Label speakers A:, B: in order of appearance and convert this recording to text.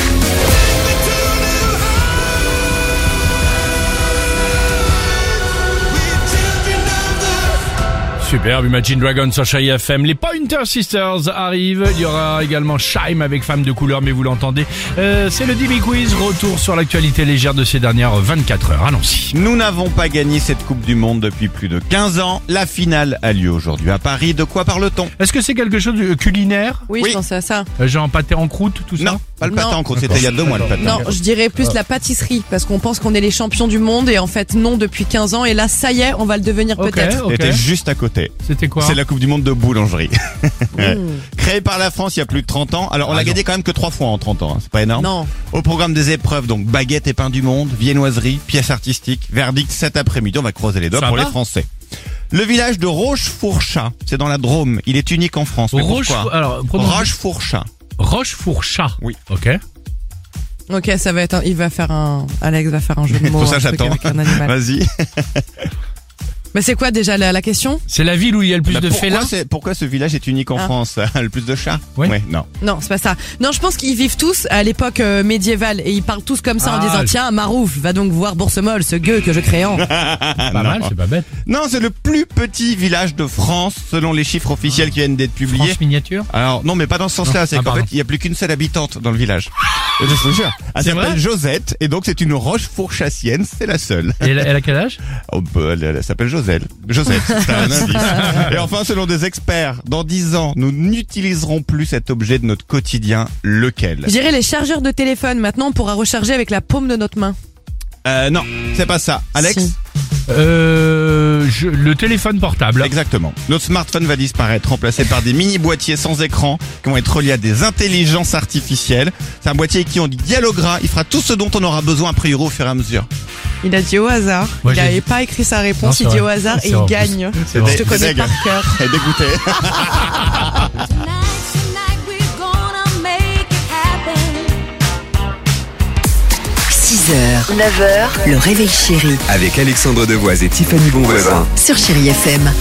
A: Superbe, Imagine Dragons sur Chérie FM. Les Pointer Sisters arrivent. Il y aura également Shime avec Femme de couleur, mais vous l'entendez. Euh, c'est le DB Quiz. Retour sur l'actualité légère de ces dernières 24 heures. Allons-y.
B: Nous n'avons pas gagné cette Coupe du Monde depuis plus de 15 ans. La finale a lieu aujourd'hui à Paris. De quoi parle-t-on
A: Est-ce que c'est quelque chose de culinaire
C: Oui,
B: Oui.
C: je pensais à ça.
A: Euh, Genre pâté en croûte, tout ça
B: Non, pas le
C: Non.
B: patin en croûte. C'était il y a deux mois le patin.
C: Non, je dirais
A: Ah.
C: plus la pâtisserie, parce qu'on pense qu'on est les champions du monde, et en fait non depuis 15 ans, et là ça y est, on va le devenir
A: Ok,
C: peut-être.
A: ok.
B: C'était juste à côté.
A: C'était quoi
B: C'est la Coupe du Monde de boulangerie. Créée par la France il y a plus de 30 ans. Alors on l'a gagné quand même que trois fois en 30 ans. hein. C'est pas énorme.
C: Non.
B: Au programme des épreuves, donc baguette et pain du monde, viennoiserie, pièces artistiques, verdict cet après-midi. On va croiser les doigts
A: Ça
B: pour
A: va
B: les Français. Le village de Rochefourchat, c'est dans la Drôme. Il est unique en France. Mais
A: Roche,
C: euh,
B: pourquoi
A: alors, prononce-
B: Rochefourchat.
A: Rochefourchat.
B: Oui.
A: Ok.
C: Ok, ça va être. Un... Il va faire un. Alex va faire un jeu de mots.
B: Pour ça
C: un truc
B: j'attends.
C: avec un animal.
B: Vas-y.
C: Mais c'est quoi déjà la, la question
A: C'est la ville où il y a le plus
B: Bah,
A: de
B: pourquoi
A: félins.
B: c'est- Pourquoi ce village est unique en
C: Ah.
B: France Le plus de chats
A: Oui.
B: Ouais, non.
C: Non, c'est pas ça. Non, je pense qu'ils vivent tous à l'époque euh, médiévale et ils parlent tous comme ça en
A: Ah,
C: disant
A: je-
C: tiens Marouf, va donc voir Boursemol, ce gueux que je crée en.
B: Ah,
A: Pas mal, c'est pas bête.
B: Non, c'est le plus petit village de France selon les chiffres officiels qui viennent d'être publiés.
A: France miniature.
B: Alors non, mais pas dans ce sens-là. C'est
A: Ah,
B: qu'en
A: pardon. Ah,
B: fait, il n'y a plus qu'une seule habitante dans le village. Je te jure. Elle
A: C'est
B: s'appelle
A: vrai
B: Josette et donc c'est une roche fourchassienne. C'est la seule.
A: Et elle, elle a quel âge
B: Oh, bah, elle, elle s'appelle Joselle. Josette, c'est un indice. Et enfin, selon des experts, dans 10 ans, nous n'utiliserons plus cet objet de notre quotidien. Lequel
C: Je dirais les chargeurs de téléphone. Maintenant, on pourra recharger avec la paume de notre main.
B: euh, Non, c'est pas ça. Alex
C: Si.
A: euh, je- Le téléphone portable.
B: Exactement. Notre smartphone va disparaître, remplacé par des mini boîtiers sans écran qui vont être reliés à des intelligences artificielles. C'est un boîtier qui on dialoguera. Il fera tout ce dont on aura besoin a priori au fur et à mesure.
C: Il a dit au hasard.
A: Moi,
C: il
A: j'ai
C: n'avait
A: dit-
C: pas écrit sa
A: Non,
C: réponse,
A: c'est
C: il dit au
A: vrai.
C: hasard
A: C'est
C: et il
A: vrai.
C: gagne.
A: C'est
C: Je
A: vrai.
C: te connais
B: Deg.
C: par cœur.
B: Elle est dégoûtée.
D: Tonight, tonight we're gonna make it happen.
E: 6h, 9h, le réveil chéri
F: Avec Alexandre Devoise et Tiffany Bonvoisin.
E: sur Chéri FM.